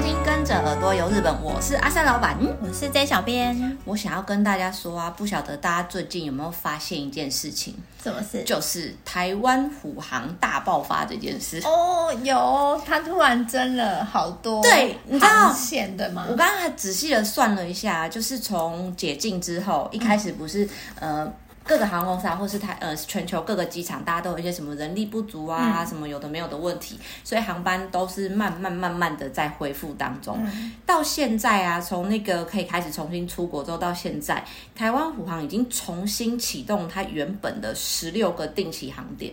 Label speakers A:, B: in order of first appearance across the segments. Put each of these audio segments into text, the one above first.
A: 听《跟着耳朵游日本》，我是阿三老板。
B: 我是 J 小编，
A: 我想要跟大家说啊，不晓得大家最近有没有发现一件事情，
B: 什么事？
A: 就是台湾虎航大爆发这件事。
B: 哦，有，他突然增了好多
A: 对你知道
B: 航线对吗
A: 我？刚刚还仔细的算了一下，就是从解禁之后，一开始不是、呃各个航空公司啊，或是台呃全球各个机场，大家都有一些什么人力不足啊，
B: 嗯
A: 什么有的没有的问题，所以航班都是慢慢慢慢的在恢复当中。
B: 嗯
A: 到现在啊，从那个可以开始重新出国之后到现在，台湾虎航已经重新启动它原本的十六个定期航点。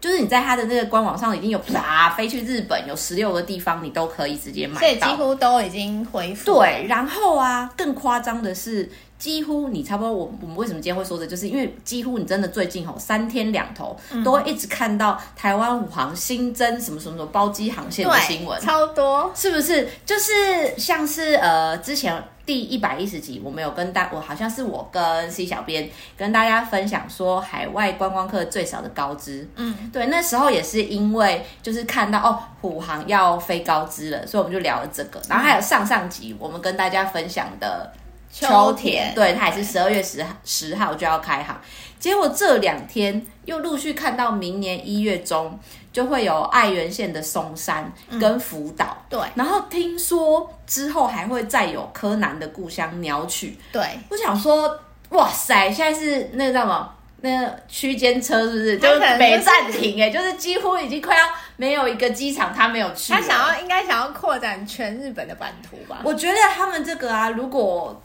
A: 就是你在它的那个官网上已经有啪飞去日本，有十六个地方你都可以直接买到，
B: 所以几乎都已经恢复。
A: 对，然后啊，更夸张的是，几乎你差不多我，我们为什么今天会说的，就是因为几乎你真的最近吼三天两头、都会一直看到台湾五航新增什么什么什么包机航线的
B: 对，
A: 新闻，
B: 超多。
A: 是不是？就是像是呃，之前第一百一十集，我们有跟大，我好像是我跟 C 小编跟大家分享说，海外观光客最少的高知，
B: 嗯，
A: 对，那时候也是因为就是看到哦，虎航要飞高知了，所以我们就聊了这个。然后还有上上集我们跟大家分享的
B: 秋田
A: 对，它也是十二月十十号就要开航。结果这两天又陆续看到明年一月中就会有爱媛县的松山跟福岛，
B: 对
A: 然后听说之后还会再有柯南的故乡鸟取。
B: 对，
A: 我想说，哇塞，现在是那个叫什么？那个区间车是不是
B: 他
A: 就是
B: 可能
A: 没
B: 就是
A: 暂停？哎，就是几乎已经快要没有一个机场他没有去了。
B: 他想要应该想要扩展全日本的版图吧？
A: 我觉得他们这个啊，如果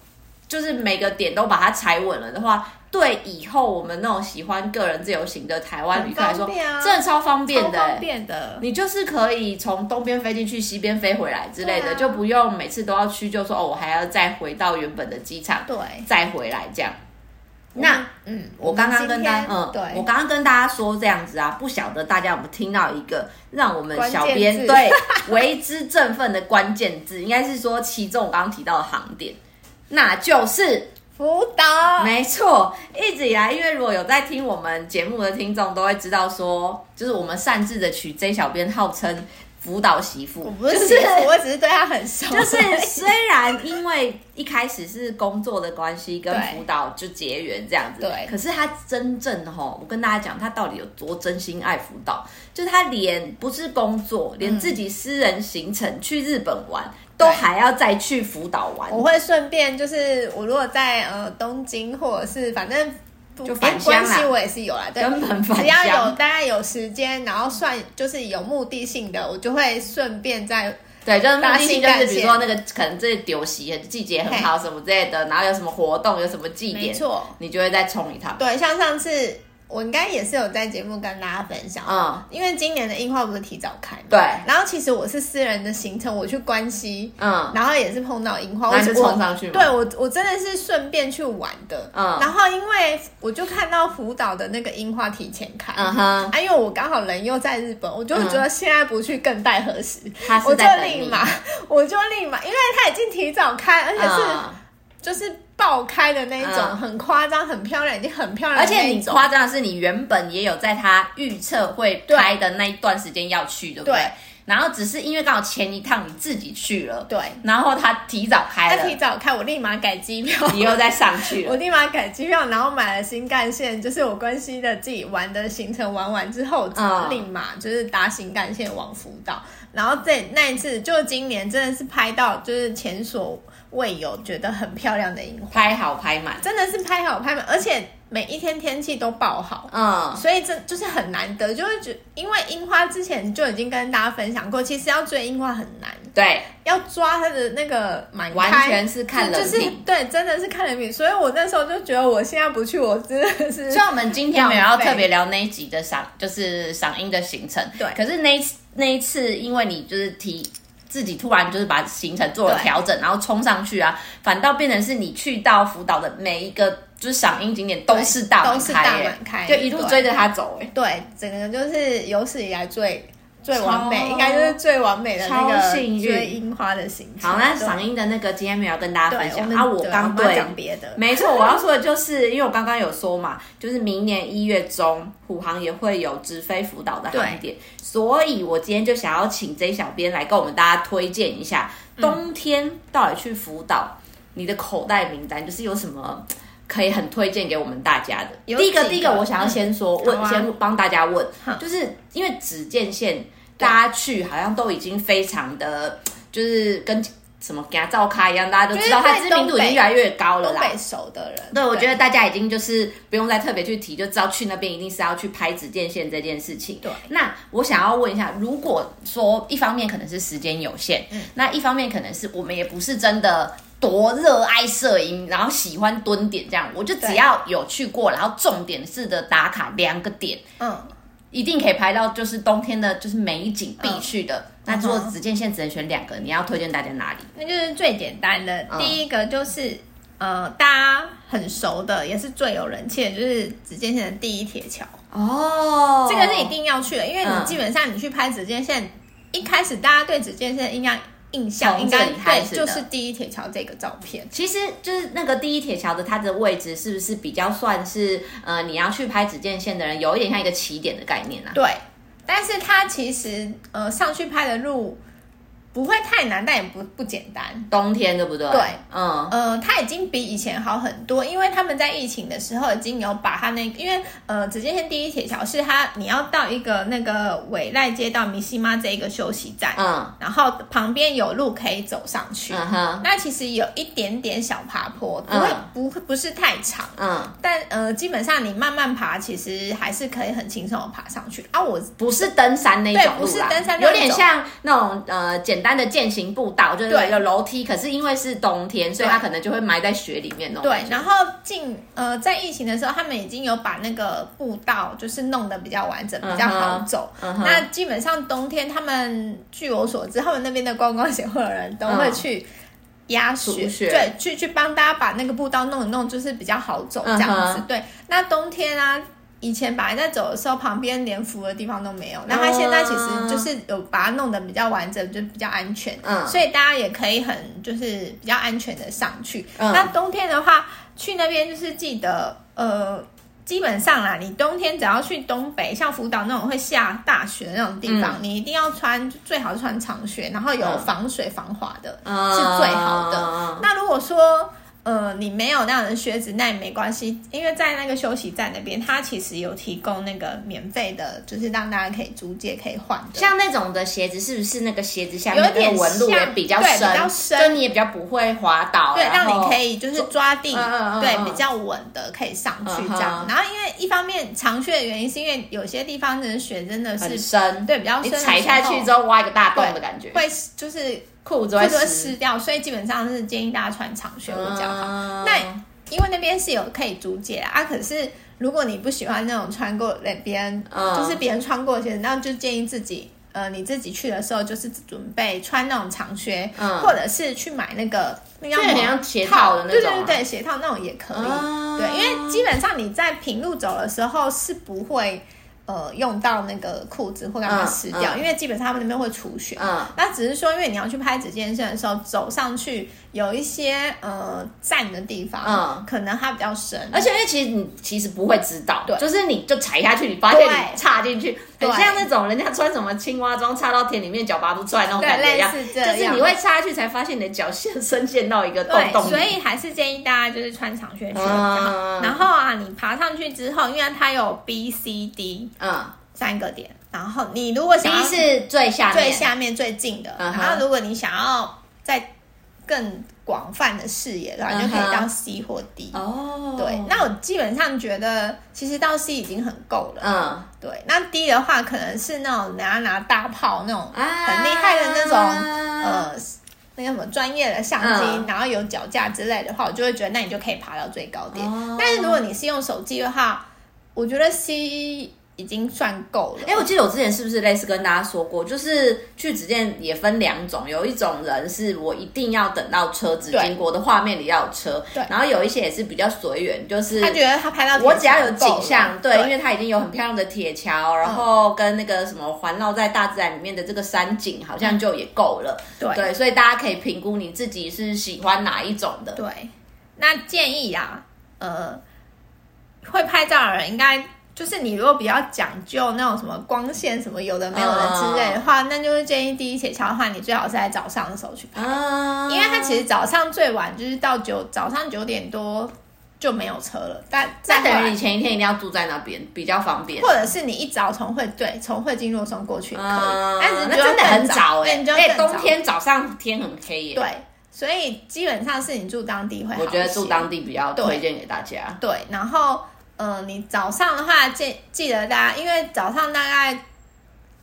A: 就是每个点都把它踩稳了的话，对以后我们那种喜欢个人自由行的台湾旅客来说，
B: 很方便啊
A: 真的超方便
B: 超
A: 的、
B: 方
A: 欸。
B: 便的。
A: 你就是可以从东边飞进去，西边飞回来之类的，
B: 对啊
A: 就不用每次都要去，就说哦，我还要再回到原本的机场，
B: 对，
A: 再回来这样。那
B: 嗯，
A: 我刚刚跟大
B: 家，
A: 嗯，
B: 对，
A: 我刚刚跟大家说这样子啊，不晓得大家有没有听到一个让我们
B: 关键
A: 小编
B: 字
A: 对为之振奋的关键字，应该是说其中我刚刚提到的航点，那就是
B: 福岛
A: 没错，一直以来，因为如果有在听我们节目的听众都会知道说，就是我们擅自的取 J 小编号称辅导媳妇，
B: 我不是
A: 就
B: 媳妇， 我只是对他很熟。
A: 就是虽 然因为一开始是工作的关系跟
B: 对
A: 辅导就结缘这样子，
B: 对
A: 可是他真正吼，我跟大家讲，他到底有多真心爱辅导，就是他连不是工作，连自己私人行程、去日本玩，都
B: 嗯对哦
A: 还要再去辅导玩。
B: 我会顺便就是我如果在呃东京或者是反正不
A: 就返乡啦
B: 关系我也是有啦，对，
A: 根本 返乡
B: 只要有大概有时间，然后算就是有目的性的，我就会顺便在
A: 对，就是目
B: 搭
A: 的性
B: 新
A: 就是
B: 干
A: 比如
B: 线
A: 说那个可能这丢席季节很好什么之类的，然后有什么活动，有什么祭
B: 没
A: 典，
B: 错，
A: 你就会再冲一趟。
B: 对，像上次我应该也是有在节目跟大家分享，
A: 嗯，
B: 因为今年的樱花不是提早开嘛，
A: 对
B: 然后其实我是私人的行程，我去关西。
A: 嗯，
B: 然后也是碰到樱花，
A: 那
B: 我
A: 你就
B: 我
A: 冲上去吗
B: 对我，我真的是顺便去玩的。
A: 嗯
B: 然后因为我就看到福岛的那个樱花提前开，
A: 嗯哼
B: 啊，因为我刚好人又在日本，我就
A: 嗯
B: 觉得现在不去更待何时？
A: 他是
B: 我就
A: 在等
B: 立
A: 你
B: 马， 我就立马，因为它已经提早开，而且是
A: 嗯
B: 就是爆开的那一种，
A: 嗯
B: 很夸张，很漂亮，已经很漂亮
A: 而
B: 的
A: 且
B: 那一
A: 你
B: 种。
A: 夸张的是，你原本也有在他预测会拍的那一段时间要去，对不对？
B: 对
A: 然后只是因为刚好前一趟你自己去了，
B: 对，
A: 然后他提早开
B: 他提
A: 了，
B: 早开，我立马改机票。
A: 你又再上去
B: 我
A: 了。
B: 立马改机票，然后买了新干线，就是我关西的自己玩的行程玩完之后，
A: 嗯
B: 立马就是搭新干线往福岛。然后这那一次，就今年真的是拍到就是前所未有，觉得很漂亮的樱花，
A: 拍好拍满，
B: 真的是拍好拍满，而且每一天天气都爆好。
A: 嗯，
B: 所以这就是很难得，就会觉因为樱花之前就已经跟大家分享过，其实要追樱花很难，
A: 对，
B: 要抓它的那个满开，
A: 完全是看人
B: 就
A: 品
B: 是对，真的是看人品。所以我那时候就觉得，我现在不去，我真的是
A: 虽然我们今天没有要
B: 浪费
A: 特别聊那一集的赏， 就是赏樱的行程，
B: 对
A: 可是那一次那一次，因为你就是提自己突然就是把行程做了
B: 对
A: 调整，然后冲上去啊，反倒变成是你去到福岛的每一个就是赏樱景点都是大满
B: 都是
A: 开
B: 大
A: 耶
B: 满开
A: 就一路
B: 对
A: 追着他走哎、
B: 对，整个就是有史以来最最完美，
A: 超
B: 应该就是最完美的那
A: 超
B: 个
A: 幸运
B: 追樱花的行程。
A: 好，那
B: 对
A: 赏樱的那个今天没有跟大家分
B: 对，
A: 享
B: 们
A: 啊，我
B: 对
A: 刚
B: 我们要
A: 对
B: 讲别的，
A: 没错，我要说的就是，因为我刚刚有说嘛，就是明年一月中，虎航也会有直飞福岛的航点，所以我今天就想要请 J 小编来跟我们大家推荐一下，
B: 嗯
A: 冬天到底去福岛，你的口袋名单就是有什么可以很推荐给我们大家的。
B: 有
A: 第一个，
B: 几个
A: 第一个，我想要先说，问，
B: 好啊
A: 先帮大家问
B: 哼，
A: 就是因为只见线，大家去好像都已经非常的，就是跟。什么给他照咖一样，大家都知道
B: 就是
A: 它
B: 在
A: 知名度已经
B: 东北
A: 越来越高了
B: 东
A: 啦。
B: 北熟的人。
A: 对，我觉得大家已经就是不用再特别去提，就知道去那边一定是要去拍指电线这件事情。
B: 对，
A: 那我想要问一下，如果说一方面可能是时间有限，那一方面可能是我们也不是真的。多热爱摄影，然后喜欢蹲点这样，我就只
B: 对
A: 要有去过，然后重点式的打卡两个点，
B: 嗯，
A: 一定可以拍到就是冬天的就是美景必去的。那如果
B: 嗯哼
A: 只见线只能选两个，你要推荐大家哪里？
B: 那就是最简单的，
A: 嗯
B: 第一个就是。呃，大家很熟的，也是最有人气的，就是紫见线的第一铁桥。
A: 哦
B: 这个是一定要去的，因为
A: 嗯
B: 你基本上你去拍紫见线，一开始大家对紫见线印象印象
A: 从
B: 应
A: 这里
B: 该
A: 开
B: 对
A: 始的
B: 就是第一铁桥这个照片。
A: 其实就是那个第一铁桥的它的位置，是不是比较算是呃，你要去拍指见线的人，有一点像一个起点的概念啊？
B: 对，但是它其实呃上去拍的路不会太难，但也不不简单。
A: 冬天对不对？
B: 对，
A: 嗯，
B: 呃，它已经比以前好很多，因为他们在疫情的时候已经有把它那因为呃紫见线第一铁桥是它你要到一个那个尾濑街道米西妈这一个休息站，
A: 嗯
B: 然后旁边有路可以走上去。
A: 嗯哼，
B: 那其实有一点点小爬坡，不会、
A: 嗯
B: 不会不是太长，
A: 嗯，
B: 但呃，基本上你慢慢爬，其实还是可以很轻松的爬上去啊。我
A: 不是登山那种路啦，
B: 对不是登山那种
A: 有点像那种呃简单的健行步道，就是
B: 对
A: 有楼梯，可是因为是冬天，所以
B: 对
A: 它可能就会埋在雪里面那哦种。
B: 对，然后进呃，在疫情的时候，他们已经有把那个步道就是弄得比较完整，
A: 嗯哼
B: 比较好走。
A: 嗯哼
B: 那基本上冬天，他们据我所知，他们那边的观光协会的人都会去压雪，
A: 除嗯雪
B: 对，去去帮大家把那个步道弄一弄，就是比较好走这样
A: 嗯
B: 子。
A: 哼
B: 对，那冬天啊。以前本来在走的时候，旁边连扶的地方都没
A: 哦
B: 有。那他现在其实就是有把它弄得比较完整，就比较安全。
A: 嗯
B: 所以大家也可以很就是比较安全的上去。
A: 嗯
B: 那冬天的话，去那边就是记得呃。基本上啦，你冬天只要去东北，像福岛那种会下大雪的那种地方，你一定要穿，最好是穿长靴，然后有
A: 嗯
B: 防水防滑的，
A: 嗯
B: 是最好的。
A: 嗯
B: 那如果说呃你没有那样的靴子，那也没关系，因为在那个休息站那边，它其实有提供那个免费的，就是让大家可以租借可以换的。
A: 像那种的鞋子，是不是那个鞋子下面
B: 有点
A: 那个纹路也
B: 像
A: 比较
B: 对
A: 深，
B: 比较深
A: 就你也比较不会滑倒，
B: 对，
A: 啊然
B: 让
A: 后
B: 你可以就是抓地，
A: 嗯嗯嗯
B: 对，
A: 嗯
B: 比较稳的可以上去这
A: 嗯哼
B: 样。然后因为一方面长靴的原因，是因为有些地方的雪真的
A: 很
B: 是
A: 深，
B: 对比较
A: 你
B: 深的时候，
A: 踩下去之后挖一个大洞的感觉，
B: 会就是
A: 裤子
B: 会
A: 会
B: 不会
A: 湿
B: 湿掉，所以基本上是建议大家穿长靴会比较
A: 嗯
B: 好。那因为那边是有可以租借啊，啊可是如果你不喜欢那种穿过人别人、
A: 嗯
B: 就是别人穿过的鞋子，那就建议自己。呃，你自己去的时候就是准备穿那种长靴，
A: 嗯
B: 或者是去买那个那叫
A: 就有点
B: 什么
A: 像鞋套的那种
B: 对
A: 啊
B: 对对对，鞋套那种也可以。
A: 哦
B: 对，因为基本上你在平路走的时候是不会呃用到那个裤子或干嘛
A: 嗯
B: 湿掉，
A: 嗯
B: 因为基本上他们那边会除雪。
A: 嗯
B: 那只是说，因为你要去拍指尖线的时候，走上去有一些呃站的地方，
A: 嗯
B: 可能它比较深，
A: 而且因为其实你其实不会知道，
B: 对
A: 就是你就踩下去，你发现
B: 对
A: 你插进去，很
B: 对
A: 像那种人家穿什么青蛙装插到田里面脚拔不出来那种
B: 对
A: 感觉一样，
B: 类似这样
A: 就是你会插下去才发现你的脚陷深陷到一个洞
B: 对，
A: 洞
B: 所
A: 里。
B: 以还是建议大家就是穿长靴去比较好。
A: 嗯
B: 然后啊，你爬上去之后，因为它有 B、C、D
A: 嗯
B: 三个点，然后你如果想要
A: ，B 是最下面，
B: 最下面最近的，
A: 嗯
B: 然
A: 哼
B: 后如果你想要再更广泛的视野的话，
A: 嗯
B: 就
A: 哼
B: 可以到 C 或 D。
A: 哦，
B: 对，那我基本上觉得，其实到 C 已经很够了。
A: 嗯
B: 对，那 D 的话可能是那种拿拿大炮那种
A: 啊
B: 很厉害的那种、呃，那个什么专业的相机，
A: 嗯
B: 然后有脚架之类的话，我就会觉得那你就可以爬到最高点。
A: 哦
B: 但是如果你是用手机的话，我觉得 C 已经算够了。
A: 哎、我记得我之前是不是类似跟大家说过，就是去纸店也分两种，有一种人是我一定要等到车子
B: 对
A: 经过我的画面里要有车，
B: 对
A: 然后有一些也是比较随缘，就是
B: 他觉得他拍到
A: 我
B: 铁
A: 只要有
B: 桥够
A: 景象，
B: 了嗯
A: 对，因为它已经有很漂亮的铁桥，然后跟那个什么环绕在大自然里面的这个山景，好像就也够了。
B: 嗯对
A: 对，所以大家可以评估你自己是喜欢哪一种的。
B: 对，那建议啊，呃，会拍照的人应该就是你如果比较讲究那种什么光线什么有的没有的之类的话，那就是建议第一铁桥的话，你最好是在早上的时候去拍，
A: 啊，
B: 因为它其实早上最晚就是到九早上九点多就没有车了，但
A: 那
B: 再回
A: 等于
B: 来
A: 你前一天一定要住在那边，比较方便。
B: 或者是你一早从汇对从汇金若松过去也可以，
A: 嗯
B: 但是
A: 那真的很早哎、
B: 哎，你就要
A: 哎、
B: 更早
A: 冬天早上天很黑耶、
B: 对，所以基本上是你住当地会好
A: 我
B: 一些，
A: 觉得住当地比较
B: 对
A: 推荐给大家。
B: 对，然后呃，你早上的话记记得大家，因为早上大概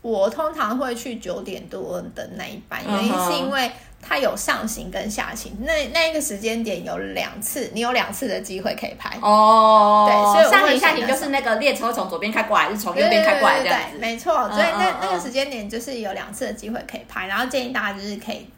B: 我通常会去九点多的那一班，原因
A: 嗯哼
B: 是因为它有上行跟下行，那那一个时间点有两次，你有两次的机会可以拍。
A: 哦，
B: 对所以我
A: 上
B: 会
A: 行下
B: 选
A: 行
B: 择
A: 就是那个列车会从左边开过来，还是从
B: 对
A: 右
B: 对
A: 边开
B: 对
A: 过来
B: 对
A: 这样子
B: 对，。没错，所以
A: 嗯
B: 那、
A: 嗯嗯
B: 那个时间点就是有两次的机会可以拍，然后建议大家就是可以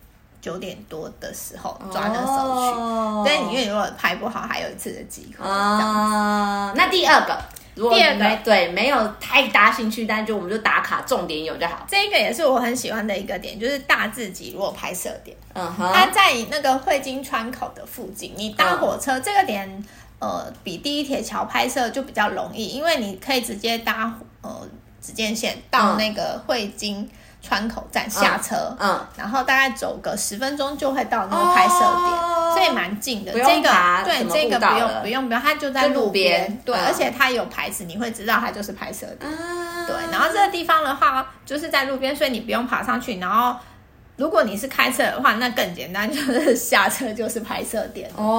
B: 九点多的时候抓那个时候去，
A: 哦
B: 但你因为如果拍不好，还有一次的机会。这样
A: 啊、那第二个，如果你
B: 第二个
A: 没对没有太搭兴趣，但就我们就打卡重点有就好。
B: 这个也是我很喜欢的一个点，就是大自己落拍摄点，
A: 嗯哼，
B: 它在那个汇金川口的附近。你搭火车、这个点，呃，比第一铁桥拍摄就比较容易，因为你可以直接搭呃直线线到
A: 嗯
B: 那个汇金川口站下车，
A: 嗯，
B: 然后大概走个十分钟就会到那个拍摄点。
A: 哦
B: 所以蛮近的，
A: 不用
B: 这个
A: 爬什
B: 对
A: 么
B: 这个
A: 步道
B: 不
A: 了
B: 用不用不用，它就在
A: 就路
B: 路边，
A: 边
B: 对，
A: 嗯
B: 而且它有牌子，你会知道它就是拍摄点。
A: 啊
B: 对，然后这个地方的话，就是在路边，所以你不用爬上去。然后，如果你是开车的话，那更简单，就是下车就是拍摄点。对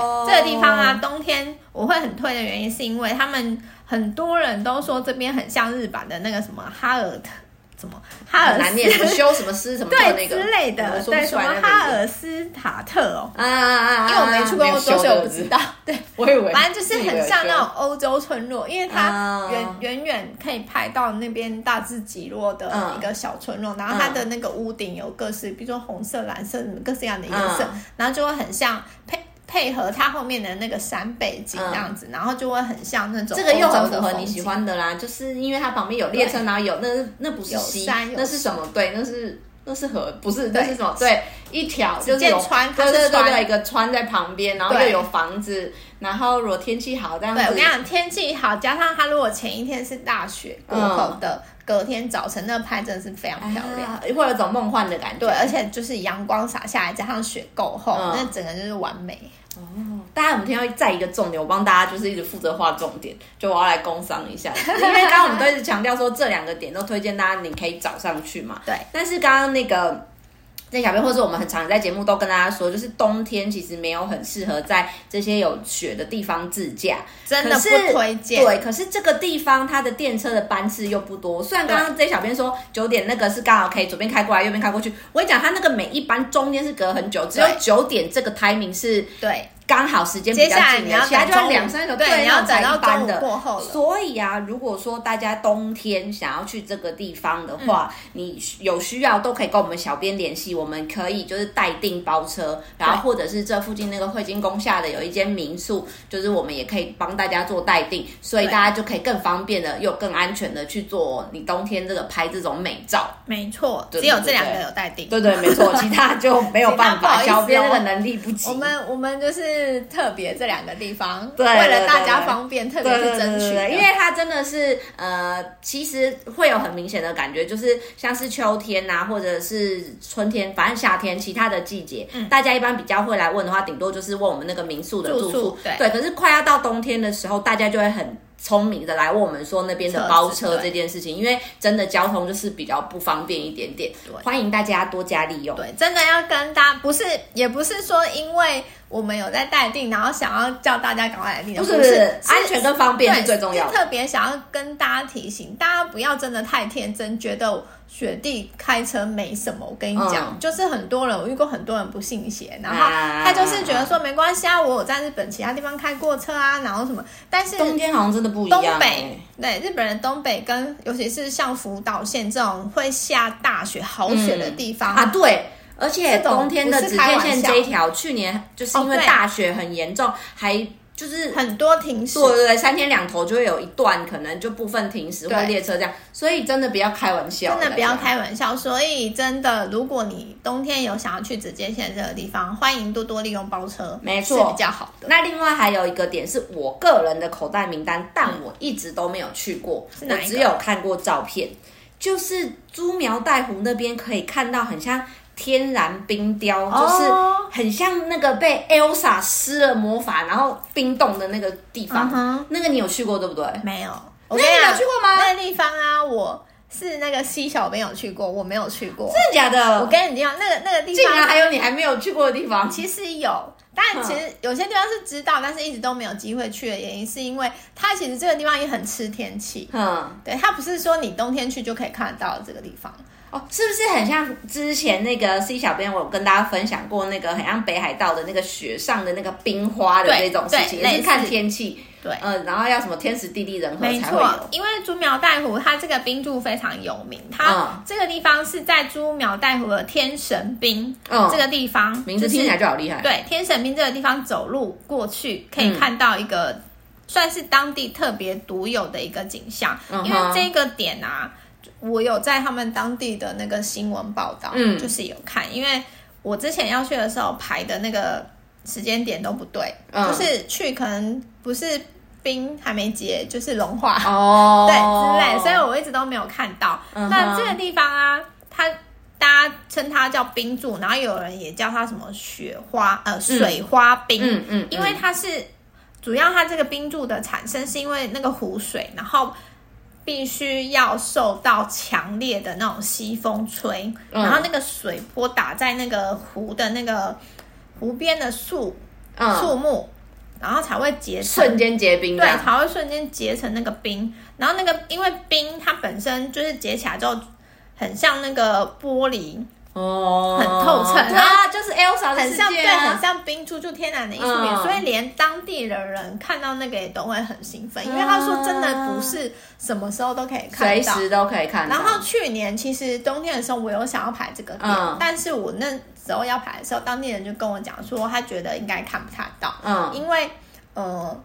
A: 哦，，
B: 这个地方啊，，冬天我会很推的原因是因为他们很多人都说这边很像日版的那个什么哈尔特，什么哈
A: 很
B: 尔
A: 难
B: 斯
A: 念，什么 修什么师什么的
B: 对
A: 那个
B: 之类
A: 我
B: 的，
A: 说不
B: 对
A: 出
B: 什
A: 来
B: 么
A: 那个
B: 哈
A: 名字
B: 尔斯塔特哦，
A: 啊啊啊啊！
B: 因为我没去过
A: 有
B: 欧洲，
A: 修
B: 所以我
A: 的
B: 不
A: 字
B: 知道。对，
A: 我以为
B: 反正就是很像那
A: 种。
B: 种欧洲村落，因为它
A: 啊
B: 远远远可以拍到那边大致极落的
A: 嗯
B: 一个小村落，然后它的那个屋顶有各式，比如说红色、蓝色什么各式各样的颜色，
A: 嗯
B: 然后就会很像配配合它后面的那个山背景
A: 嗯
B: 这样子，然后就会很像那种
A: 这个又
B: 欧洲
A: 很
B: 的
A: 符合
B: 风
A: 你喜
B: 景。
A: 欢的啦，就是因为它旁边有列车，然后有那那不是
B: 有
A: 溪
B: 山，有
A: 那是什么？对，那是那是河，不是
B: 对
A: 那是什么？对，一条就
B: 直
A: 是
B: 接
A: 有
B: 穿它
A: 对
B: 是
A: 对对
B: 穿
A: 对，一个川在旁边，然后又
B: 对
A: 有房子，然后如果天气好这样
B: 对，我
A: 子
B: 跟你，讲，天气好，加上它如果前一天是大雪过
A: 嗯
B: 后的、隔天早晨，那拍真的是非常漂亮。
A: 啊，会有一种梦幻的感觉。
B: 对，而且就是阳光洒下来，加上雪够厚，
A: 嗯
B: 那整个就是完美。
A: 大家有没有听到再一个重点？我帮大家就是一直负责画重点，就我要来工商 一下，因为刚刚我们都一直强调说这两个点都推荐大家，你可以早上去嘛。
B: 对，
A: 但是刚刚那个。那小编，或者是我们很常在节目都跟大家说，就是冬天其实没有很适合在这些有雪的地方自驾，
B: 真的
A: 可是
B: 不推荐。
A: 对，可是这个地方它的电车的班次又不多。虽然刚刚 J 小编说九点那个是刚好可以左边开过来，右边开过去。我跟你讲，它那个每一班中间是隔很久，只有
B: 对
A: 九点这个 timing 是
B: 对
A: 刚好时间比
B: 接
A: 较
B: 下来
A: 近
B: 你
A: 的，
B: 要
A: 其他
B: 等
A: 就要
B: 中午
A: 两三个
B: 对，你要
A: 等
B: 等到
A: 班
B: 中午
A: 的。
B: 过后了。
A: 所以啊，如果说大家冬天想要去这个地方的话，你有需要都可以跟我们小编联系，我们可以就是代订包车，然后或者是这附近那个汇金宫下的有一间民宿，就是我们也可以帮大家做代订，所以
B: 对
A: 大家就可以更方便的又更安全的去做你冬天这个拍这种美照。
B: 没错，
A: 对
B: 只有
A: 对
B: 这两
A: 对
B: 个有待定。
A: 对对，没错，其他就没有办 法，
B: 其他不好意思哦
A: 小编那个能力不及。
B: 我们我们就是特别这两个地方，
A: 对
B: 为
A: 对
B: 了大家
A: 对
B: 方便，特别
A: 对
B: 是
A: 对
B: 争
A: 对
B: 取
A: 对
B: 的，
A: 对，因为它真的是呃，其实会有很明显的感觉，就是像是秋天呐、或者是春天，反正夏天其他的季节，大家一般比较会来问的话，顶多就是问我们那个民宿的住
B: 住宿对
A: 对，可是快要到冬天的时候，大家就会很。聪明的来问我们说那边的包
B: 车
A: 车
B: 子对
A: 这件事情，因为真的交通就是比较不方便一点点
B: 对，
A: 欢迎大家多加利用。
B: 对，真的要跟大家不是，也不是说因为我们有在待定，然后想要叫大家赶快来订的，
A: 不是不是安全跟方便是最重要的
B: 对是特别想要跟大家提醒，大家不要真的太天真，觉得雪地开车没什么。我跟你讲，
A: 嗯
B: 就是很多人，我遇过很多人不信邪，然后
A: 啊
B: 他就是觉得说没关系啊，我有在日本其他地方开过车啊，然后什么，但是
A: 冬天好像真的不一样、
B: 东
A: 欸。
B: 北对日本人东北跟尤其是像福岛县这种会下大雪、好雪的地方，
A: 啊，对，而且
B: 这种
A: 冬天的
B: 不
A: 紫
B: 是开
A: 界
B: 玩
A: 线
B: 笑
A: 这一条，去年就是因为
B: 哦对
A: 大雪很严重，还就是
B: 很多停水
A: 对。对对，三天两头就会有一段可能就部分停驶或
B: 对
A: 列车这样，所以真的不要开玩笑，
B: 真的不要
A: 大家。
B: 开玩笑，所以真的，如果你冬天有想要去直接线这个地方，欢迎多多利用包车，
A: 没错
B: 是比较好的。
A: 那另外还有一个点是我个人的口袋名单，但我一直都没有去过，
B: 是
A: 我
B: 哪一个
A: 只有看过照片，就是朱苗带湖那边可以看到很像天然冰雕，就是
B: 哦
A: 很像那个被 Elsa 施了魔法然后冰冻的那个地方
B: 嗯哼
A: 那个你有去过对不对？
B: 没有，我
A: 那
B: 跟你
A: 你
B: 讲
A: 有去过吗
B: 那个地方啊，我是那个西小没有去过，我没有去过。
A: 真的假的？
B: 我跟你讲，那个那个地
A: 竟然还
B: 方
A: 有你还没有去过的地方，
B: 其实有，但其实有些地方是知道，但是一直都没有机会去的原因，是因为它其实这个地方也很吃天气。
A: 嗯，
B: 对，它不是说你冬天去就可以看得到这个地方。
A: 哦，是不是很像之前那个 C 小编我有跟大家分享过那个很像北海道的那个雪上的那个冰花的
B: 对
A: 这种事情，
B: 对
A: 也
B: 类
A: 是
B: 似
A: 看天气，
B: 对
A: 嗯、然后要什么天时地利人和
B: 没
A: 才会有
B: 错，，因为竹苗带湖它这个冰柱非常有名，它
A: 嗯
B: 这个地方是在竹苗带湖的天神冰、
A: 嗯
B: 这个地方，
A: 名字听起来
B: 就
A: 就好厉害，
B: 是对天神冰这个地方走路过去可以看到一个、算是当地特别独有的一个景象，
A: 嗯哼
B: 因为这个点啊，我有在他们当地的那个新闻报道，
A: 嗯
B: 就是有看，因为我之前要去的时候排的那个时间点都不对，
A: 嗯
B: 就是去可能不是冰还没结，就是融化，
A: 哦，
B: 对之类，所以我一直都没有看到。
A: 嗯哼
B: 那这个地方啊，它大家称它叫冰柱，然后有人也叫它什么雪花呃水花冰，
A: 嗯嗯，
B: 因为它是主要它这个冰柱的产生是因为那个湖水，然后。必须要受到强烈的那种西风吹，
A: 嗯
B: 然后那个水波打在那个湖的那个湖边的树、
A: 嗯，
B: 树木，然后才会结成
A: 瞬间结冰这
B: 对，
A: 样，
B: 才会瞬间结成那个冰。然后那个因为冰它本身就是结起来之后，很像那个玻璃，
A: 哦，
B: 很透彻
A: 对啊，就是 Elsa 的
B: 很
A: 世
B: 像
A: 界
B: 对，
A: 啊
B: 很像冰柱，就天然的艺术品。
A: 嗯
B: 所以连当地的人看到那个也都会很兴奋，因为他说真的不是什么时候都可以看
A: 啊随
B: 到。
A: 时都可以看到，
B: 然后去年其实冬天的时候，我有想要排这个点，
A: 嗯
B: 但是我那时候要排的时候，当地人就跟我讲说，他觉得应该看不太到，
A: 嗯
B: 因为呃，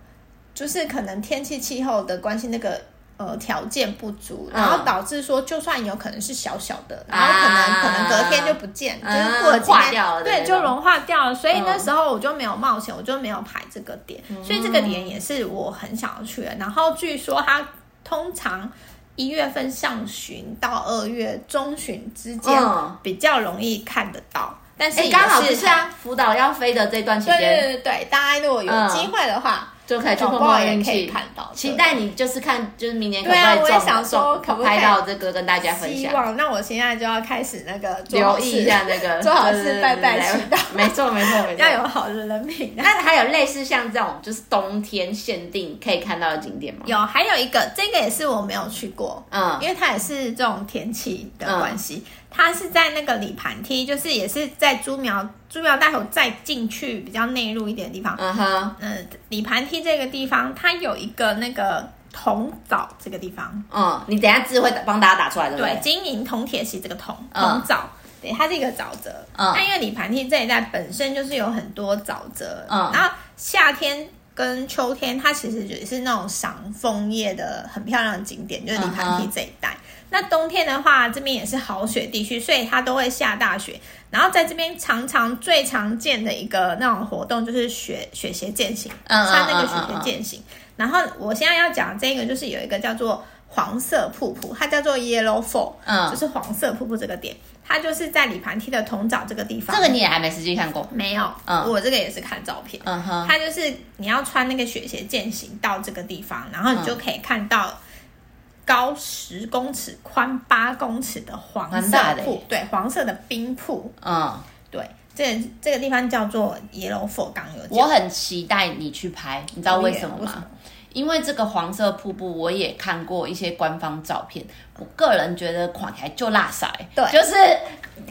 B: 就是可能天气气候的关系，那个呃条件不足，
A: 嗯
B: 然后导致说，就算有可能是小小的，然后可能、
A: 啊
B: 可能隔天就不见，
A: 嗯
B: 就是过了几
A: 化
B: 天
A: 掉了的那
B: 对，
A: 种
B: 就融化掉了。所以那
A: 嗯
B: 时候我就没有冒险，我就没有排这个点，所以这个点也是我很想要去的。然后据说它通常。一月份上旬到二月中旬之间
A: 嗯
B: 比较容易看得到，但是
A: 哎，
B: 也
A: 刚好
B: 是
A: 就是啊，福岛要飞的这段期
B: 对
A: 间
B: 对，对对，大家如果有
A: 嗯
B: 机会的话，
A: 就可以去
B: 搞
A: 碰
B: 不好
A: 碰
B: 也
A: 运
B: 可以
A: 气
B: 看。到。
A: 期
B: 对
A: 待你就是看，就是明年可不
B: 对啊
A: 可以
B: 我也
A: 中
B: 想说
A: 中
B: 可不可以
A: 拍到这个跟大家分
B: 希
A: 享，
B: 望。那我现在就要开始那个做好
A: 留
B: 事
A: 意一 下，那个
B: 做好事
A: 对对对
B: 拜拜
A: 对
B: 祈祷
A: 没错没错没错。
B: 要有好的人品。
A: 那还有类似像这种就是冬天限定可以看到的景点吗？
B: 有，还有一个，这个也是我没有去过，
A: 嗯
B: 因为它也是这种天气的关系。它是在那个里盘梯，就是也是在猪苗猪苗大口再进去比较内陆一点的地方。
A: 嗯哼
B: 嗯，里盘梯这个地方，它有一个那个铜藻这个地方，
A: 嗯，你等一下字会帮大家打出来，对不
B: 对
A: 对，？
B: 金银铜铁锡这个铜
A: 嗯
B: 铜沼，对，它是一个沼泽。
A: 嗯
B: 那因为李盘梯这一带本身就是有很多沼泽，
A: 嗯
B: 然后夏天跟秋天，它其实也是那种赏枫叶的很漂亮的景点，就是李盘
A: 嗯
B: 梯
A: 哼
B: 这一带。那冬天的话，这边也是好雪地区，所以它都会下大雪。然后在这边常常最常见的一个那种活动就是雪雪鞋践行，
A: 嗯嗯
B: 穿那
A: 嗯
B: 个
A: 嗯
B: 雪
A: 嗯
B: 鞋践行。然后我现在要讲这个，就是有一个叫做黄色瀑布，它叫做 Yellow Fall，
A: 嗯
B: 就，是黄色瀑布这个点，它就是在里盘梯的铜沼这个地方。
A: 这个你也还没实际看过，
B: 没有，
A: 嗯
B: 我这个也是看照片。
A: 嗯哼，
B: 它就是你要穿那个雪鞋践行到这个地方，然后你就可以看到高十公尺、宽八公尺的黄
A: 蛮
B: 色
A: 大的
B: 瀑
A: 耶，
B: 对，黄色的冰瀑，
A: 嗯
B: 对。这这个地方叫做野龙佛冈有
A: 我
B: 讲，
A: 很期待你去拍，你知道为什么
B: 为什
A: 吗
B: 么？
A: 因为这个黄色瀑布，我也看过一些官方照片，我个人觉得看起来就辣塞，
B: 对
A: 就是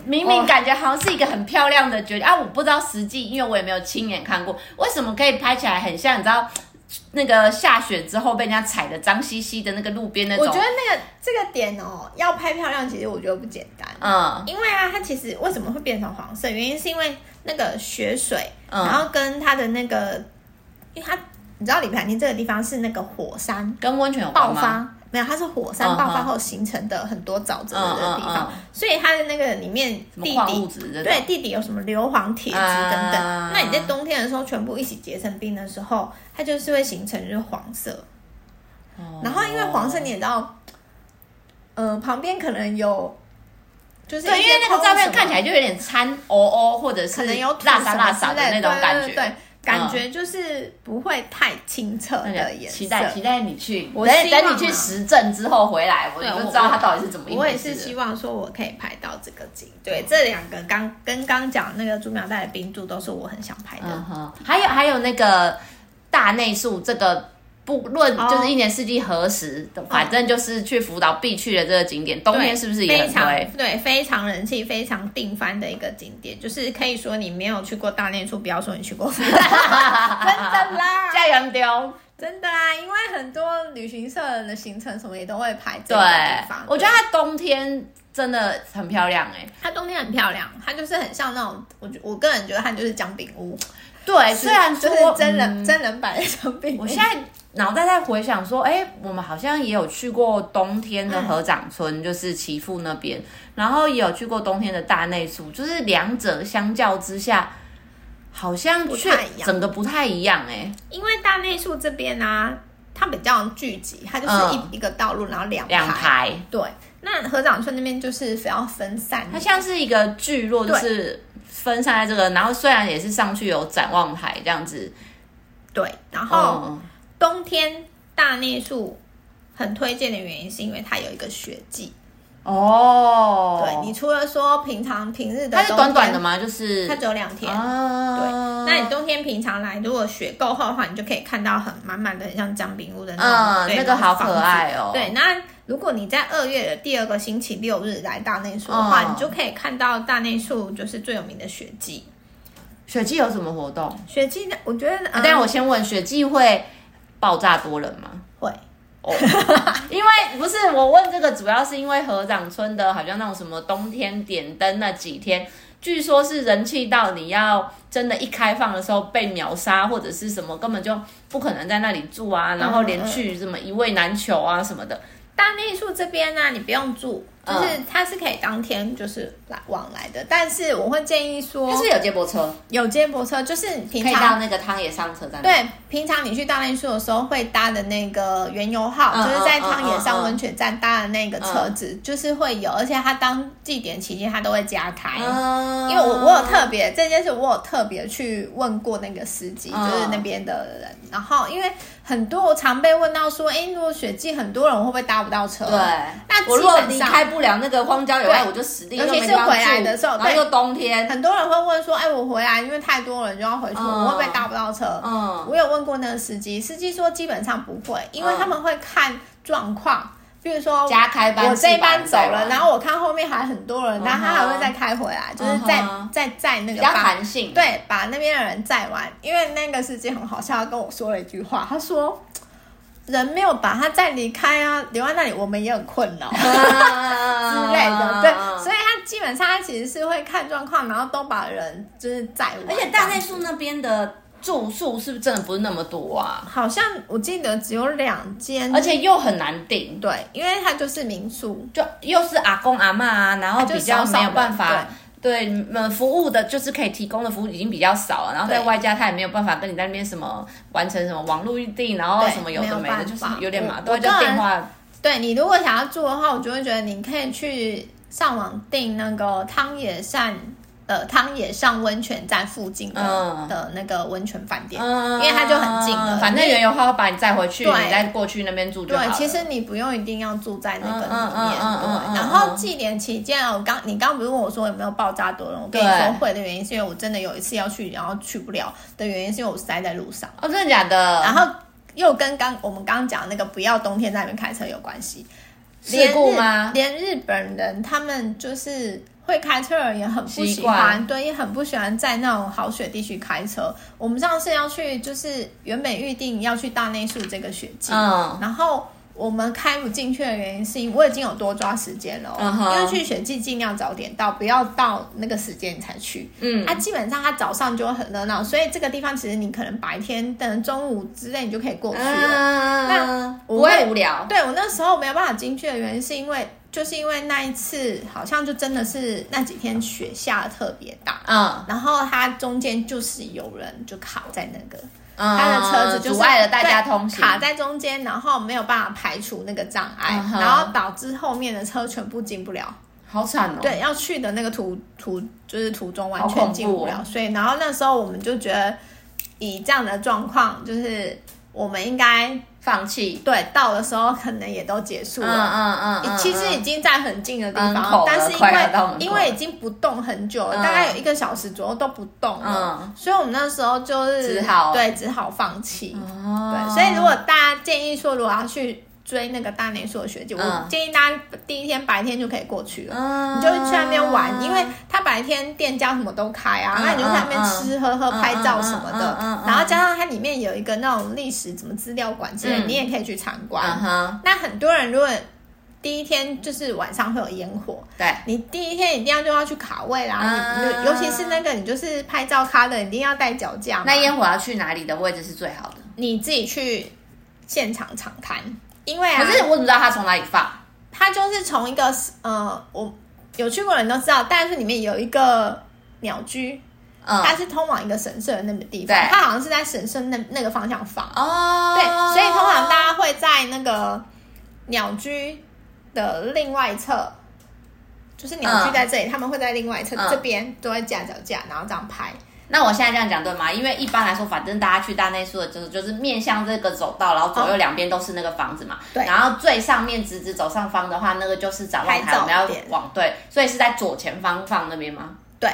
A: 明明
B: 哦
A: 感觉好像是一个很漂亮的决定啊，我不知道实际，因为我也没有亲眼看过，为什么可以拍起来很像？你知道那个下雪之后被人家踩的脏兮兮的那个路边那
B: 我
A: 种，
B: 觉得那个这个点哦，要拍漂亮，其实我觉得不简单。
A: 嗯
B: 因为啊，它其实为什么会变成黄色？原因是因为那个雪水，
A: 嗯
B: 然后跟它的那个，因为它你知道里盘厅这个地方是那个火山
A: 跟温泉有关
B: 爆
A: 吗？
B: 发，没有，它是火山
A: 嗯
B: 爆发后形成的很多沼泽的
A: 嗯
B: 地
A: 嗯
B: 方，所以它的那个里面
A: 什么
B: 地
A: 矿物
B: 底。
A: 质这种
B: 对，地底有什么硫磺、铁质等等。
A: 啊
B: 那你在冬天的时候全部一起结成冰的时候，它就是会形成就是黄色。
A: 哦
B: 然后因为黄色你也知道，呃，旁边可能有，就是
A: 对，
B: 一
A: 因
B: 些
A: 为那个照片看起来
B: 矿物什么
A: 就有点掺哦哦，或者是
B: 可能有土
A: 辣沙
B: 什
A: 辣
B: 么
A: 沙
B: 之
A: 的
B: 类
A: 那种感
B: 对
A: 觉嗯
B: 对。对感觉就是不会太清澈的颜色。
A: 期待期待你去，
B: 我
A: 等
B: 希望
A: 等你去
B: 嘛
A: 实证之后回来，啊我
B: 对
A: 就
B: 我
A: 知道它到底是怎么一
B: 我
A: 回
B: 也是
A: 事
B: 希
A: 了。
B: 望说，我可以拍到这个景。对，这两个刚跟刚讲那个竹苗带的冰柱都是我很想拍的。
A: 嗯哼，还有还有那个大内宿这个。不论
B: 哦
A: 就是一年四季何时，反正就是去福岛必去的这个景点，冬天
B: 对
A: 是不是也
B: 非
A: 很
B: 常
A: 推？
B: 对非常人气、非常定番的一个景点？就是可以说你没有去过大内处，不要说你 去过福岛，真的啦，
A: 加油丢！
B: 真的啦，因为很多旅行社的行程什么也都会排这
A: 对
B: 个地方。，
A: 我觉得它冬天真的很漂亮哎、
B: 它冬天很漂亮，它就是很像那种，我觉我个人觉得它就是姜饼屋，
A: 对，虽然
B: 就
A: 说
B: 是
A: 嗯
B: 真人、真人版的姜饼屋。
A: 我现在脑袋在回想说，哎、我们好像也有去过冬天的合掌村，就是岐阜那边，然后也有去过冬天的大内宿，就是两者相较之下，好像
B: 不
A: 却
B: 太一样
A: 整个不太一样哎、
B: 因为大内宿这边呢、啊它比较聚集，它就是一、一个道路，然后嗯两
A: 两排，
B: 对，那合掌村那边就是比较分散，
A: 它像是一个聚落，就
B: 对
A: 是分散在这个，然后虽然也是上去有展望台这样子，
B: 对。然后
A: 哦，
B: 冬天大内宿很推荐的原因是因为它有一个雪季。
A: 哦，
B: 对，你除了说平常平日的，
A: 它是短短的，吗？就是
B: 它只有两
A: 哦
B: 天。
A: 啊，
B: 那你冬天平常来，如果雪够厚的话，你就可以看到很满满的很像姜饼屋的那
A: 嗯
B: 种，对
A: 那个好
B: 房
A: 可
B: 子
A: 爱哦，
B: 对，那如果你在二月的第二个星期六日来大内宿的话，
A: 嗯
B: 你就可以看到大内宿就是最有名的雪季。
A: 雪季有什么活动？
B: 雪季呢，我觉得，
A: 啊
B: 嗯、
A: 但我先问，雪季会爆炸多人吗？
B: 会
A: 哦， 因为不是我问这个，主要是因为合掌村的好像那种什么冬天点灯那几天，据说是人气到你要真的一开放的时候被秒杀或者是什么，根本就不可能在那里住啊，然后
B: 嗯
A: 连去什么一位难求啊什么的。
B: 大内宿这边呢、你不用住，就是
A: 嗯
B: 它是可以当天就是来往来的，但是我会建议说
A: 它，是有接驳车，
B: 有接驳车，就是你平
A: 可以到
B: 常。
A: 那个汤野上车站。，
B: 对，平常你去大内宿的时候会搭的那个原油号，
A: 嗯
B: 就是在
A: 嗯
B: 汤
A: 嗯
B: 野
A: 嗯
B: 上
A: 嗯
B: 温泉站搭的那个车子，就是会有，而且它当祭典期间它都会加开。
A: 嗯
B: 因为我我有特别这件事，我有特别去问过那个司机，
A: 嗯
B: 就是那边的人。然后因为很多我常被问到说，哎、如果雪季很多人，我会不会搭不到车？
A: 对，
B: 那
A: 我如果
B: 基本
A: 离
B: 上
A: 开不了那个荒郊野外，
B: 对
A: 我就死定，
B: 尤其
A: 又没
B: 是
A: 地方
B: 回来
A: 住
B: 的时候
A: 然后
B: 对
A: 又冬天，
B: 很多人会问说，哎、我回来因为太多人就要回去，
A: 嗯
B: 我会不会搭不到车？
A: 嗯，
B: 我有问过那个司机，司机说基本上不会，因为他们会看状况，比如说
A: 加开班，
B: 我这一班走了，然
A: 后
B: 后我看后面还很多人，然后他还会
A: 嗯哼
B: 再开回来，就是再
A: 嗯哼
B: 再再那
A: 比
B: 个
A: 较
B: 方
A: 弹性，，
B: 对，把那边的人载完，因为那个司机很好笑，他跟我说了一句话，他说人没有把他载离开啊，留在那里我们也很困扰之
A: 啊之
B: 类的，对，
A: 啊以
B: 所以他基本上他其实是会看状况，然后都把人就是载完，
A: 而且大内宿那边的住宿是不是真的不是那么多啊？
B: 好像我记得只有两间，
A: 而且又很难订，
B: 对，因为它就是民宿，
A: 就又是阿公阿嬷啊，然后
B: 就
A: 比较
B: 少少
A: 没有
B: 人
A: 办法
B: 对。
A: 对，嗯，服务的就是可以提供的服务已经比较少了，然后再
B: 对
A: 外加他也没有办法跟你在那边什么完成什么网络预定，然后
B: 对
A: 什么有的
B: 没
A: 没
B: 有
A: 的，
B: 办
A: 就是
B: 法
A: 有点麻
B: 我
A: 烦，
B: 我
A: 就
B: 个人
A: 电话
B: 对你如果想要住的话，我就会觉得你可以去上网订那个汤野善。呃汤野上温泉站附近的、
A: 嗯
B: 的那个温泉饭店，
A: 嗯
B: 因为它就很近了
A: 反正原油号会把嗯你载回去，
B: 对
A: 你再过去那边住就好
B: 对，
A: 了。
B: 其实你不用一定要住在那个里面。
A: 嗯嗯嗯嗯嗯
B: 对，然后祭典期间啊，我刚你刚不是问我说有没有爆炸多人？我跟你
A: 对
B: 说会的原因是因为我真的有一次要去，然后去不了的原因是因为我塞在路上，
A: 哦，真的假的？
B: 然后又跟刚我们刚刚讲那个不要冬天在那边开车有关系。
A: 事故吗？
B: 连日连日本人他们就是会开车的人也很不
A: 习
B: 喜欢，
A: 惯
B: 对，也很不喜欢在那种好雪地区开车。我们上次要去，就是原本预定要去大内宿这个雪季，
A: 嗯
B: 然后。我们开不进去的原因是因为我已经有多抓时间了哦、
A: 嗯哼
B: 因为去雪季尽量早点到，不要到那个时间你才去。
A: 嗯
B: 它、基本上它早上就会很热闹，所以这个地方其实你可能白天等中午之类你就可以过去了。那
A: 嗯，不
B: 我
A: 会
B: 会
A: 无聊。
B: 对我那时候没有办法进去的原因，是因为就是因为那一次好像就真的是那几天雪下得特别大，
A: 嗯，
B: 然后它中间就是有人就卡在那个，
A: 他
B: 他的车子就
A: 嗯啊阻
B: 是
A: 碍了大家通行，
B: 卡在中间，然后没有办法排除那个障碍，
A: 嗯哼
B: 然后导致后面的车全部进不了。
A: 好惨哦。，
B: 对，要去的那个途途就是途中完
A: 好恐
B: 全
A: 怖
B: 进不了，
A: 哦
B: 所以然后那时候我们就觉得以这样的状况，就是我们应该
A: 放弃。
B: 对到的时候可能也都结束
A: 嗯
B: 了。
A: 嗯嗯嗯，
B: 其实已经在很近的地
A: 门
B: 方，
A: 口了
B: 但是因
A: 快要到门
B: 为
A: 口
B: 因为已经不动很久了，
A: 嗯
B: 大概有一个小时左右都不动了，
A: 嗯
B: 所以我们那时候就是
A: 只好
B: 对只好放弃。
A: 哦
B: 对，所以如果大家建议说，如果要去追那个大内宿的学姐，我
A: 嗯
B: 建议大家第一天白天就可以过去了。
A: 嗯
B: 你就去那边玩，因为他白天店家什么都开啊，
A: 嗯
B: 那你就在那边
A: 嗯
B: 吃喝喝、
A: 嗯
B: 拍照什么的
A: 嗯嗯嗯嗯。嗯
B: 然后加上它里面有一个那种历史什么资料馆之类，
A: 嗯
B: 你也可以去参观。
A: 嗯哼，
B: 那很多人如果第一天就是晚上会有烟火，
A: 对，
B: 你第一天一定要就要去卡位啦，
A: 啊
B: 你尤尤其是那个你就是拍照咖的，你一定要带脚架嘛。
A: 那烟火要去哪里的位置是最好的？
B: 你自己去现场场看，因为啊，
A: 可是我怎么知道它从哪里放？
B: 它就是从一个呃，我有去过的人都知道，但是里面有一个鸟居，
A: 嗯，
B: 它是通往一个神社的那个地方
A: 对，
B: 它好像是在神社那那个方向放。
A: 哦，
B: 对，所以通常大家会在那个鸟居的另外一侧，就是鸟居在这里，他们会在另外一侧、
A: 嗯
B: 这边都会架脚架，然后这样拍。
A: 那我现在这样讲对吗？因为一般来说，反正大家去大内宿的就是就是面向这个走道，然后左右两边都是那个房子嘛。
B: 对
A: 然后最上面直直走上方的话，那个就是展望
B: 拍
A: 台，
B: 照
A: 我们要
B: 点
A: 往对，所以是在左前方放那边吗？
B: 对，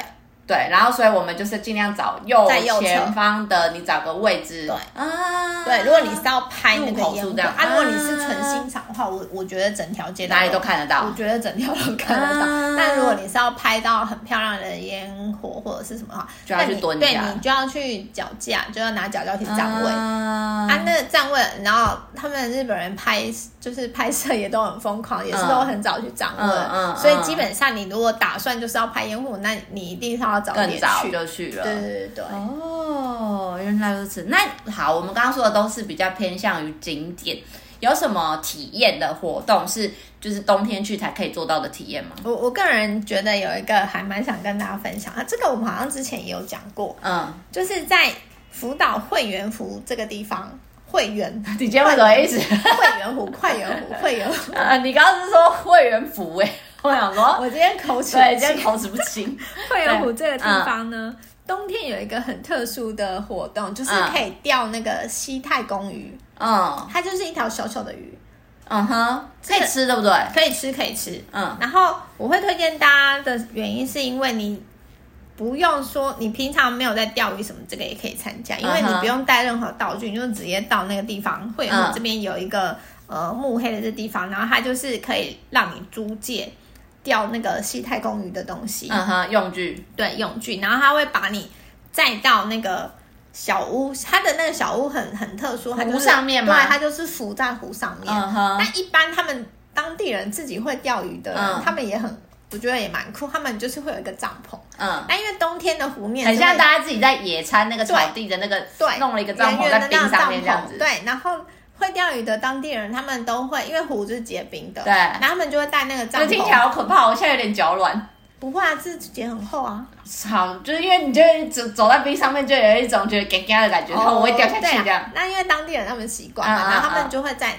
A: 对，然后所以我们就是尽量找右
B: 在右侧
A: 前方的，你找个位置。
B: 对
A: 啊，
B: 对，如果你是要拍那个
A: 入口
B: 烟
A: 处
B: 火
A: 这样
B: 啊，如果你是纯欣赏的话，我我觉得整条街
A: 哪里都看得到
B: 我，觉得整条都看得到。
A: 啊
B: 但如果你是要拍到很漂亮的烟火或者是什么的话，
A: 就要去
B: 那你
A: 蹲一
B: 对
A: 下
B: 你就要去脚架，就要拿脚架去站位。
A: 啊
B: 啊，那个站位，然后他们日本人拍就是拍摄也都很疯狂，也是都很早去站位，
A: 嗯嗯嗯
B: 所以基本上你如果打算就是要拍烟火，那你一定是要早点
A: 更早
B: 去。
A: 就去了。嗯
B: 对对对对，
A: 哦，原来如此。那好，我们刚刚说的都是比较偏向于景点，有什么体验的活动是就是冬天去才可以做到的体验吗？
B: 我我个人觉得有一个还蛮想跟大家分享啊，这个我们好像之前也有讲过，
A: 嗯，
B: 就是在福岛会员湖这个地方，会员
A: 你今天为什么一直？
B: 会员湖，会员湖，会员湖。
A: 呃，你刚刚是说会员服哎、我想说，
B: 我今天口齿
A: 对，
B: 不
A: 今天
B: 清。
A: 口齿不清。
B: 会员湖啊这个地方呢，
A: 嗯
B: 冬天有一个很特殊的活动，就是可以钓那个西太公鱼，
A: 嗯
B: 它就是一条小小的鱼，
A: 嗯哼，可以
B: 这个
A: 吃对不对？
B: 可以吃，可以吃。
A: 嗯
B: 然后我会推荐大家的原因，是因为你不用说你平常没有在钓鱼什么，这个也可以参加，因为
A: 嗯
B: 你
A: 哼
B: 不用带任何道具，你就直接到那个地方，会员
A: 嗯
B: 这边有一个、呃幕黑的这地方，然后它就是可以让你租借钓那个西太公鱼的东西，
A: 嗯哼，用具
B: 对用具，然后它会把你载到那个。小屋，它的那个小屋很很特殊，它就是
A: 湖上面吗
B: 对，它就是浮在湖上面。
A: 嗯哼
B: 那一般他们当地人自己会钓鱼的人，
A: 嗯
B: 他们也很，我觉得也蛮酷。他们就是会有一个帐篷，
A: 嗯。
B: 那因为冬天的湖面
A: 很
B: 是会
A: 像大家自己在野餐那个草
B: 对
A: 地的那个，
B: 对
A: 弄了一个帐篷
B: 圆圆
A: 在
B: 的
A: 冰
B: 那种
A: 上
B: 帐
A: 面
B: 篷，
A: 这样子，
B: 对，然后。会钓鱼的当地人，他们都会，因为湖是结冰的，
A: 对
B: 然后他们就会带那个帐
A: 这
B: 篷。
A: 听起来好可怕，我现在有点脚软。
B: 不会啊，这结很厚啊。
A: 好，就是因为你就会走走在冰上面，就有一种觉得嘎嘎的感觉，然后我会掉下去
B: 哦对啊
A: 这样。
B: 那因为当地人他们习惯嘛，
A: 嗯嗯
B: 然后他们就会在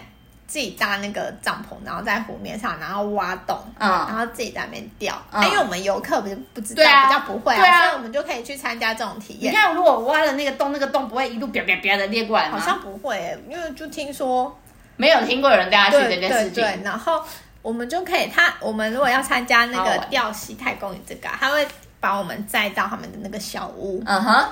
B: 自己搭那个帐篷，然后在湖面上，然后挖洞，
A: 嗯
B: 然后自己在那边钓。
A: 嗯
B: 啊因为我们游客不是不知道，
A: 对啊
B: 比较不会
A: 对啊
B: 所以我们就可以去参加这种体
A: 你
B: 验。
A: 看，如果挖了那个洞，那个洞不会一路啪啪啪的裂过来吗？
B: 好像不会、因为就听说
A: 没有听过有人掉下去这
B: 对
A: 件
B: 对
A: 事情。
B: 对，然后我们就可以，他我们如果要参加那
A: 好
B: 个
A: 玩
B: 钓西太公鱼这个啊，他会把我们载到他们的那个小屋。
A: 嗯哼，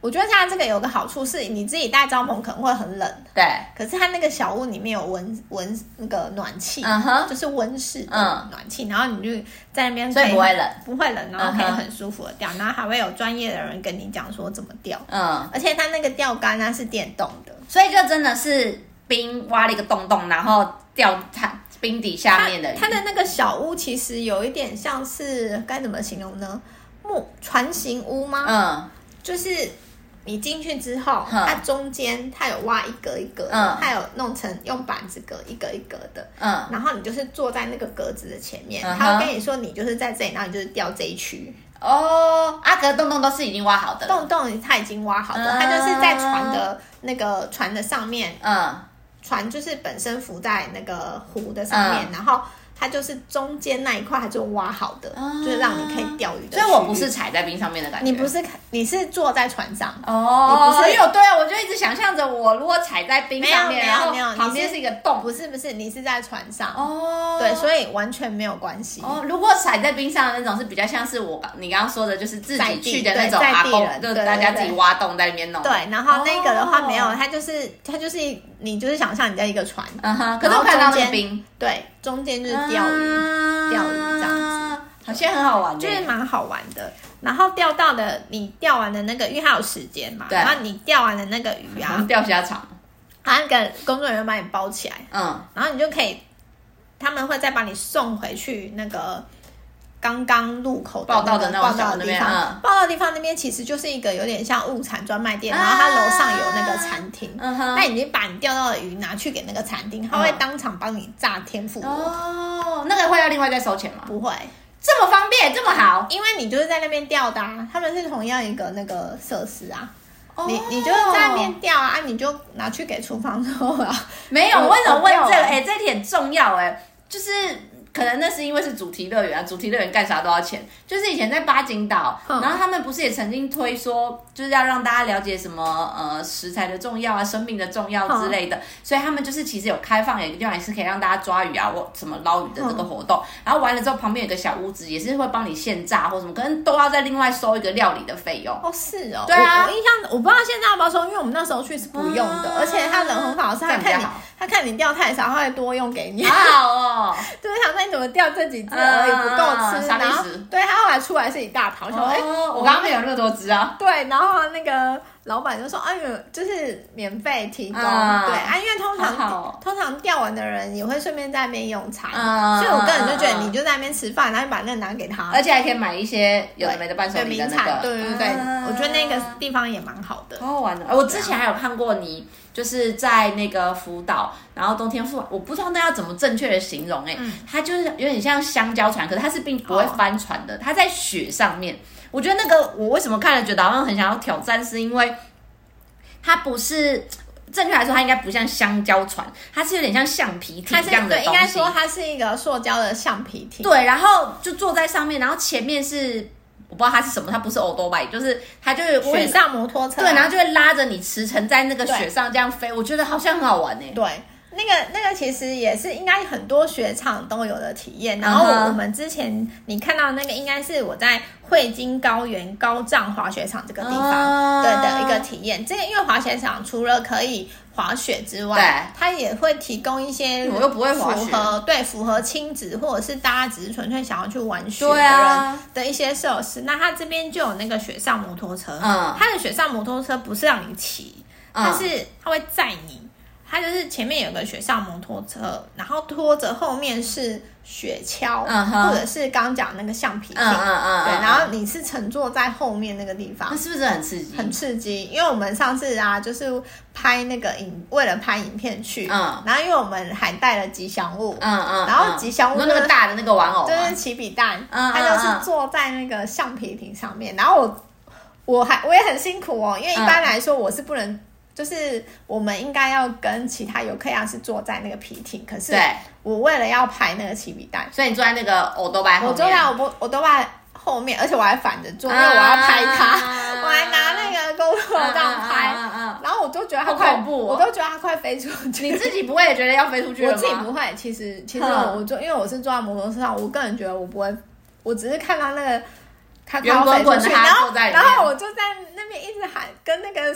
B: 我觉得它这个有个好处是，你自己带帐篷可能会很冷，
A: 对，
B: 可是它那个小屋里面有温温那个暖气，
A: 嗯哼，
B: 就是温室的
A: 嗯
B: 暖气，然后你就在那边
A: 所
B: 可
A: 以不会冷。
B: 不会冷，然后可以
A: 嗯哼
B: 很舒服的钓，然后还会有专业的人跟你讲说怎么钓，
A: 嗯，
B: 而且它那个钓竿它是电动的，
A: 所以就真的是冰挖了一个洞洞，然后掉它冰底下面的鱼。
B: 它它的那个小屋其实有一点像是该怎么形容呢？木船型屋吗？
A: 嗯
B: 就是你进去之后，
A: 嗯
B: 它中间它有挖一格一格的，
A: 嗯
B: 它有弄成用板子隔一格一格的。
A: 嗯
B: 然后你就是坐在那个格子的前面，
A: 嗯哼
B: 他会跟你说你就是在这里，然后你就是钓这一区。
A: 哦，阿格洞洞都是已经挖好的了。
B: 洞洞它已经挖好了，
A: 嗯
B: 它就是在船的那个船的上面，
A: 嗯
B: 船就是本身浮在那个湖的上
A: 嗯
B: 面，然后它就是中间那一块它就挖好的，
A: 嗯
B: 就是让你可以钓鱼的。
A: 所以我不是，踩在冰上面的感觉。
B: 你不是你是坐在船上，
A: 哦，
B: 你不是
A: 因为我对啊，我就一直想象着我如果踩在冰上面，
B: 没有
A: 然后
B: 没有没有
A: 旁边是一个
B: 哦，
A: 洞。
B: 不是不是，你是在船上，
A: 哦
B: 对，所以完全没有关系。
A: 哦，如果踩在冰上的那种是比较像是我刚你刚刚说的，就是自
B: 在
A: 己
B: 地
A: 去的那种
B: 对在
A: 阿
B: 地
A: 公，
B: 人
A: 就是
B: 对
A: 大家
B: 对
A: 自己
B: 对
A: 挖洞在里面弄。
B: 对，，然后那个的话
A: 哦
B: 没有，它就是它就是你就是想象你在一个船，
A: 嗯哼。可是我
B: 然后
A: 看到
B: 中
A: 那
B: 间
A: 个冰
B: 对，中间就是
A: 啊
B: 钓鱼，
A: 鱼
B: 钓鱼这样
A: 子，好像很好玩耶。
B: 就是蛮好玩的。然后钓到的，你钓完的那个，因为它有时间嘛，
A: 对嗯
B: 然后你钓完的那个鱼
A: 好像
B: 啊，
A: 钓虾场。
B: 它那个工作人员把你包起来，
A: 嗯，
B: 然后你就可以，他们会再把你送回去那个刚刚入口
A: 报道的
B: 那
A: 那
B: 个报
A: 种
B: 道
A: 小
B: 的
A: 的
B: 地
A: 那边
B: 方，
A: 嗯
B: 报道的地方那边其实就是一个有点像物产专卖店，
A: 啊
B: 然后它楼上有那个餐厅，
A: 嗯
B: 那
A: 哼。
B: 你把你钓到的鱼拿去给那个餐厅，他会当场帮你炸天妇罗。
A: 嗯哦，那个会要另外再收钱吗？
B: 不会，
A: 这么方便，这么好。
B: 因为你就是在那边钓的、啊，他们是同样一个那个设施啊。你
A: 哦
B: 你就是在那边钓啊，啊你就拿去给厨房做啊。
A: 没有，
B: 我
A: 我为什么问
B: 我
A: 这个？
B: 掉了
A: 哎、这点重要哎、就是可能那是因为是主题乐园啊，主题乐园干啥都要钱。就是以前在八景岛，
B: 嗯
A: 然后他们不是也曾经推说，就是要让大家了解什么呃食材的重要啊、生命的重要
B: 嗯
A: 之类的，所以他们就是其实有开放有一个地方也是可以让大家抓鱼啊或什么捞鱼的这个活
B: 嗯
A: 动。然后完了之后，旁边有个小屋子，也是会帮你现炸或什么，可能都要再另外收一个料理的费用。
B: 哦，是哦。
A: 对啊
B: 我我印象我不知道现在要不要收，因为我们那时候去是不用的，
A: 啊
B: 而且他人很好，是
A: 这
B: 他
A: 样比较
B: 看你
A: 好，
B: 他看你钓太少，他会多用给你。
A: 好好哦，
B: 就是想说你怎么钓这几只而已，
A: 嗯
B: 不够吃。
A: 傻逼
B: 然后
A: 死
B: 对他后来出来是一大盘，我想说哎、
A: 哦，我刚刚没有那么多只啊。
B: 对，然后那个老板就说：“哎呦，就是免费提供。
A: 啊
B: 对啊，因为通常、
A: 好好哦
B: 通常钓完的人也会顺便在那边用餐，
A: 啊
B: 所以我个人就觉
A: 啊
B: 得你就在那边吃饭，然后你把那个拿给他，
A: 嗯而
B: 且
A: 且还可以买一些有的没的伴手
B: 对
A: 礼
B: 名
A: 的那
B: 产，
A: 个，
B: 呃对对嗯对，
A: 啊
B: 我觉得那个地方也蛮好的。
A: 好好玩的。呃我之前还有看过你，就是在那个福岛，然后冬天富，我不知道那要怎么正确的形容哎、它就是有点像香蕉船，可是它是并不会翻船的，它在雪上面。我觉得那个我为什么看了觉得好像很想要挑战，是因为它不是。正确来说，它应该不像香蕉船，它是有点像橡皮艇
B: 它是
A: 这样的
B: 对，
A: 东西。
B: 应该说它是一个塑胶的橡皮艇，
A: 对，然后就坐在上面，然后前面是我不知道它是什么，它不是 o l d bike，就是它就会
B: 雪上摩托车啊，
A: 对，然后就会拉着你驰骋在那个
B: 对
A: 雪上这样飞，我觉得好像很好玩呢、欸
B: 对，那个那个其实也是应该很多雪场都有的体验。然后
A: 嗯哼
B: 我们之前你看到那个应该是我在汇金高原高藏滑雪场这个地
A: 哦
B: 方对的一个体验。这个因为滑雪场除了可以滑雪之外，它也会提供一些
A: 我又不会滑雪
B: 符合对符合亲子或者是大家只是纯粹想要去玩雪的
A: 对啊
B: 人的一些设施。那它这边就有那个雪上摩托车，
A: 嗯
B: 它的雪上摩托车不是让你骑，
A: 嗯
B: 它是它会载你，它就是前面有个雪上摩托车，然后拖着后面是雪橇，
A: 嗯哼
B: 或者是刚讲那个橡皮艇，
A: 嗯嗯嗯，
B: 对，
A: 嗯
B: 然后你是乘坐在后面那个地
A: 那
B: 方。
A: 是不是很刺激？
B: 很刺激，因为我们上次啊，就是拍那个影，为了拍影片去，
A: 嗯
B: 然后因为我们还带了吉祥物，
A: 嗯嗯，
B: 然后
A: 嗯
B: 吉祥物
A: 你说那
B: 就
A: 个
B: 是
A: 大的那个玩偶
B: 就
A: 吗，
B: 是起笔蛋，
A: 嗯
B: 他
A: 嗯
B: 就是坐在那个
A: 嗯
B: 橡皮艇上面，然后我我还我也很辛苦哦，因为一般来说我是不能就是我们应该要跟其他游客一样是坐在那个皮艇，可是
A: 对，
B: 我为了要拍那个起笔带，
A: 所以你坐在那个欧多白后
B: 我
A: 面，
B: 坐在我不我都在后面，而且我还反着坐，因为我要拍它，
A: 啊
B: 我还拿那个 GoPro 这样拍，
A: 啊啊啊
B: 然后我都觉得它
A: 好
B: 快，
A: 恐怖哦
B: 我都觉得它快飞出去。
A: 你自己不会也觉得要飞出去了
B: 我
A: 吗？嗯
B: 自己不会，其实其实
A: 哼
B: 我我坐，因为我是坐在摩托车上，我个人觉得我不会，我只是看到那个他
A: 圆滚滚的
B: 然
A: 他
B: 后
A: 坐在里面
B: 然后我就在那边一直喊，跟那个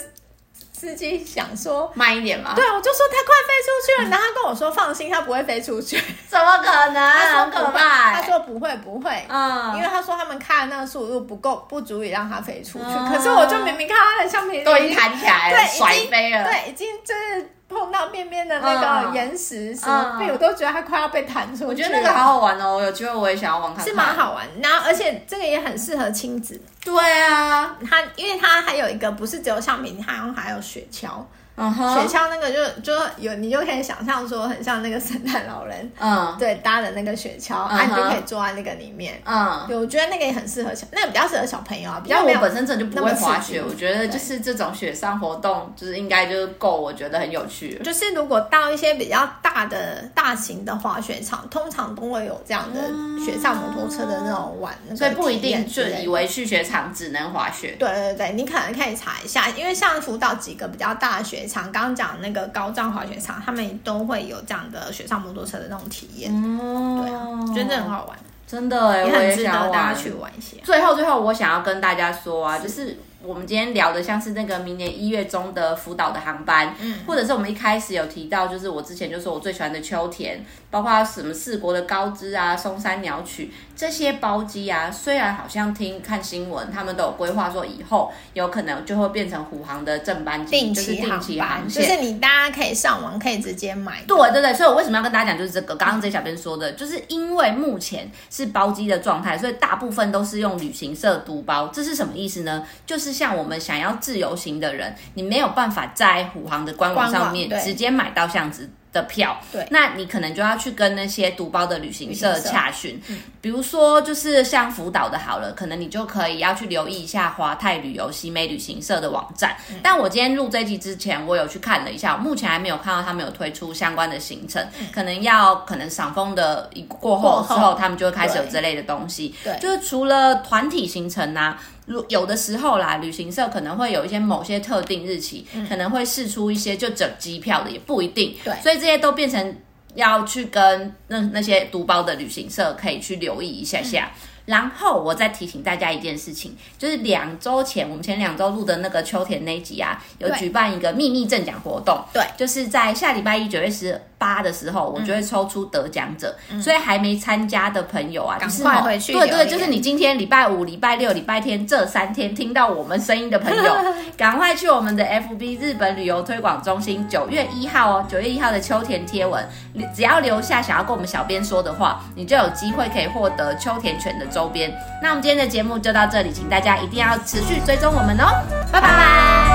B: 司机想说。
A: 慢一点吗？
B: 对，我就说他快飞出去了，然后他跟我说放心，他不会飞出去。
A: 怎么可能？
B: 他
A: 啊好
B: 说
A: 可
B: 不会，
A: 怕欸！
B: 他说不会不会，
A: 嗯，
B: 因为他说他们开的那个速度不够，不足以让他飞出去。
A: 嗯
B: 可是我就明明看到他的橡皮
A: 都已经弹起来了，
B: 对已经
A: 甩飞了。
B: 对，已经就是碰到面面的那
A: 嗯
B: 个岩石什么壁，
A: 嗯
B: 我都觉得它快要被弹出去了。
A: 我觉得那个好好玩哦，有机会我也想要玩看看。
B: 是蛮？好玩，然后而且这个也很适合亲子。
A: 对啊，
B: 它因为它还有一个不是只有橡皮，它好像还有雪橇。
A: 嗯
B: 雪
A: 哼，
B: 橇那个就就有你就可以想象说，很像那个圣诞老人
A: 嗯
B: 对搭的那个雪橇，
A: 嗯
B: 啊，
A: 哼
B: 你就可以坐在那个里面。
A: 嗯，
B: 对，我觉得那个也很适合小，那个比较适合小朋友啊，比
A: 因为
B: 较没有
A: 我本身真的就不会滑
B: 那
A: 雪，
B: 么
A: 我
B: 刺激
A: 觉得就是这种雪上活动，就是应该就是够，我觉得很有趣了。
B: 就是如果到一些比较大的、大型的滑雪场，通常都会有这样的雪上摩托车的那种玩，那
A: 嗯
B: 个
A: 所以不一
B: 体验
A: 定
B: 之
A: 就
B: 类的
A: 以为去雪场只能滑雪。
B: 对对对，你可能可以查一下，因为像福岛几个比较大的雪场，刚刚讲那个高障滑雪场，他们都会有这样的雪上摩托车的那种体验，
A: 嗯，
B: 对啊，觉得这很好玩，
A: 真的哎，
B: 也
A: 我
B: 很
A: 也
B: 值得
A: 想要
B: 大家
A: 玩。
B: 去玩一些。
A: 最后，最后，我想要跟大家说啊，就是我们今天聊的像是那个明年一月中的福岛的航班，嗯，或者是我们一开始有提到，就是我之前就说我最喜欢的秋田，包括什么四国的高知啊、松山鸟取这些包机啊，虽然好像听看新闻，他们都有规划说以后有可能就会变成虎航的正班机，就是定期
B: 班
A: 航
B: 就
A: 线，
B: 是你大家可以上网可以直接买，
A: 对对对，所以我为什么要跟大家讲就是这个？刚刚这小编说的，就是因为目前是包机的状态，所以大部分都是用旅行社独包。这是什么意思呢？就是像我们想要自由行的人，你没有办法在虎航的官网
B: 官网
A: 上面
B: 对
A: 直接买到这样子的票，
B: 对
A: 那你可能就要去跟那些独包的旅行社
B: 旅行社嗯
A: 洽询。比如说，就是像福岛的好了，可能你就可以要去留意一下华泰旅游、西美旅行社的网站。但我今天录这集之前，我有去看了一下，我目前还没有看到他们有推出相关的行程，可能要可能赏枫的一过
B: 嗯过
A: 后之
B: 后
A: 后，他们就会开始有
B: 对
A: 这类的东西。
B: 对
A: 就是除了团体行程啊。如有的时候啦，旅行社可能会有一些某些特定日期，可能会试出一些就整机票的，也不一定。
B: 嗯对
A: 所以这些都变成要去跟那那些独包的旅行社可以去留意一下
B: 嗯
A: 下。然后我再提醒大家一件事情，就是两周前我们前两周录的那个秋田那一集啊，有
B: 对
A: 举办一个秘密赠奖活动。
B: 对
A: 就是在下礼拜一九月十八的时候，我就会抽出得奖者。所以还没参加的朋友啊，
B: 嗯赶
A: 就是
B: 快
A: 吼
B: 回去
A: 对
B: 留
A: 对，
B: 言
A: 就是你今天礼拜五、礼拜六、礼拜天这三天听到我们声音的朋 友，赶快去我们的 FB 日本旅游推广中心，九月一号哦，九月一号的秋田贴文，你只要留下想要跟我们小编说的话，你就有机会可以获得秋田犬的周边。那我们今天的节目就到这里，请大家一定要持续追踪我们哦，拜拜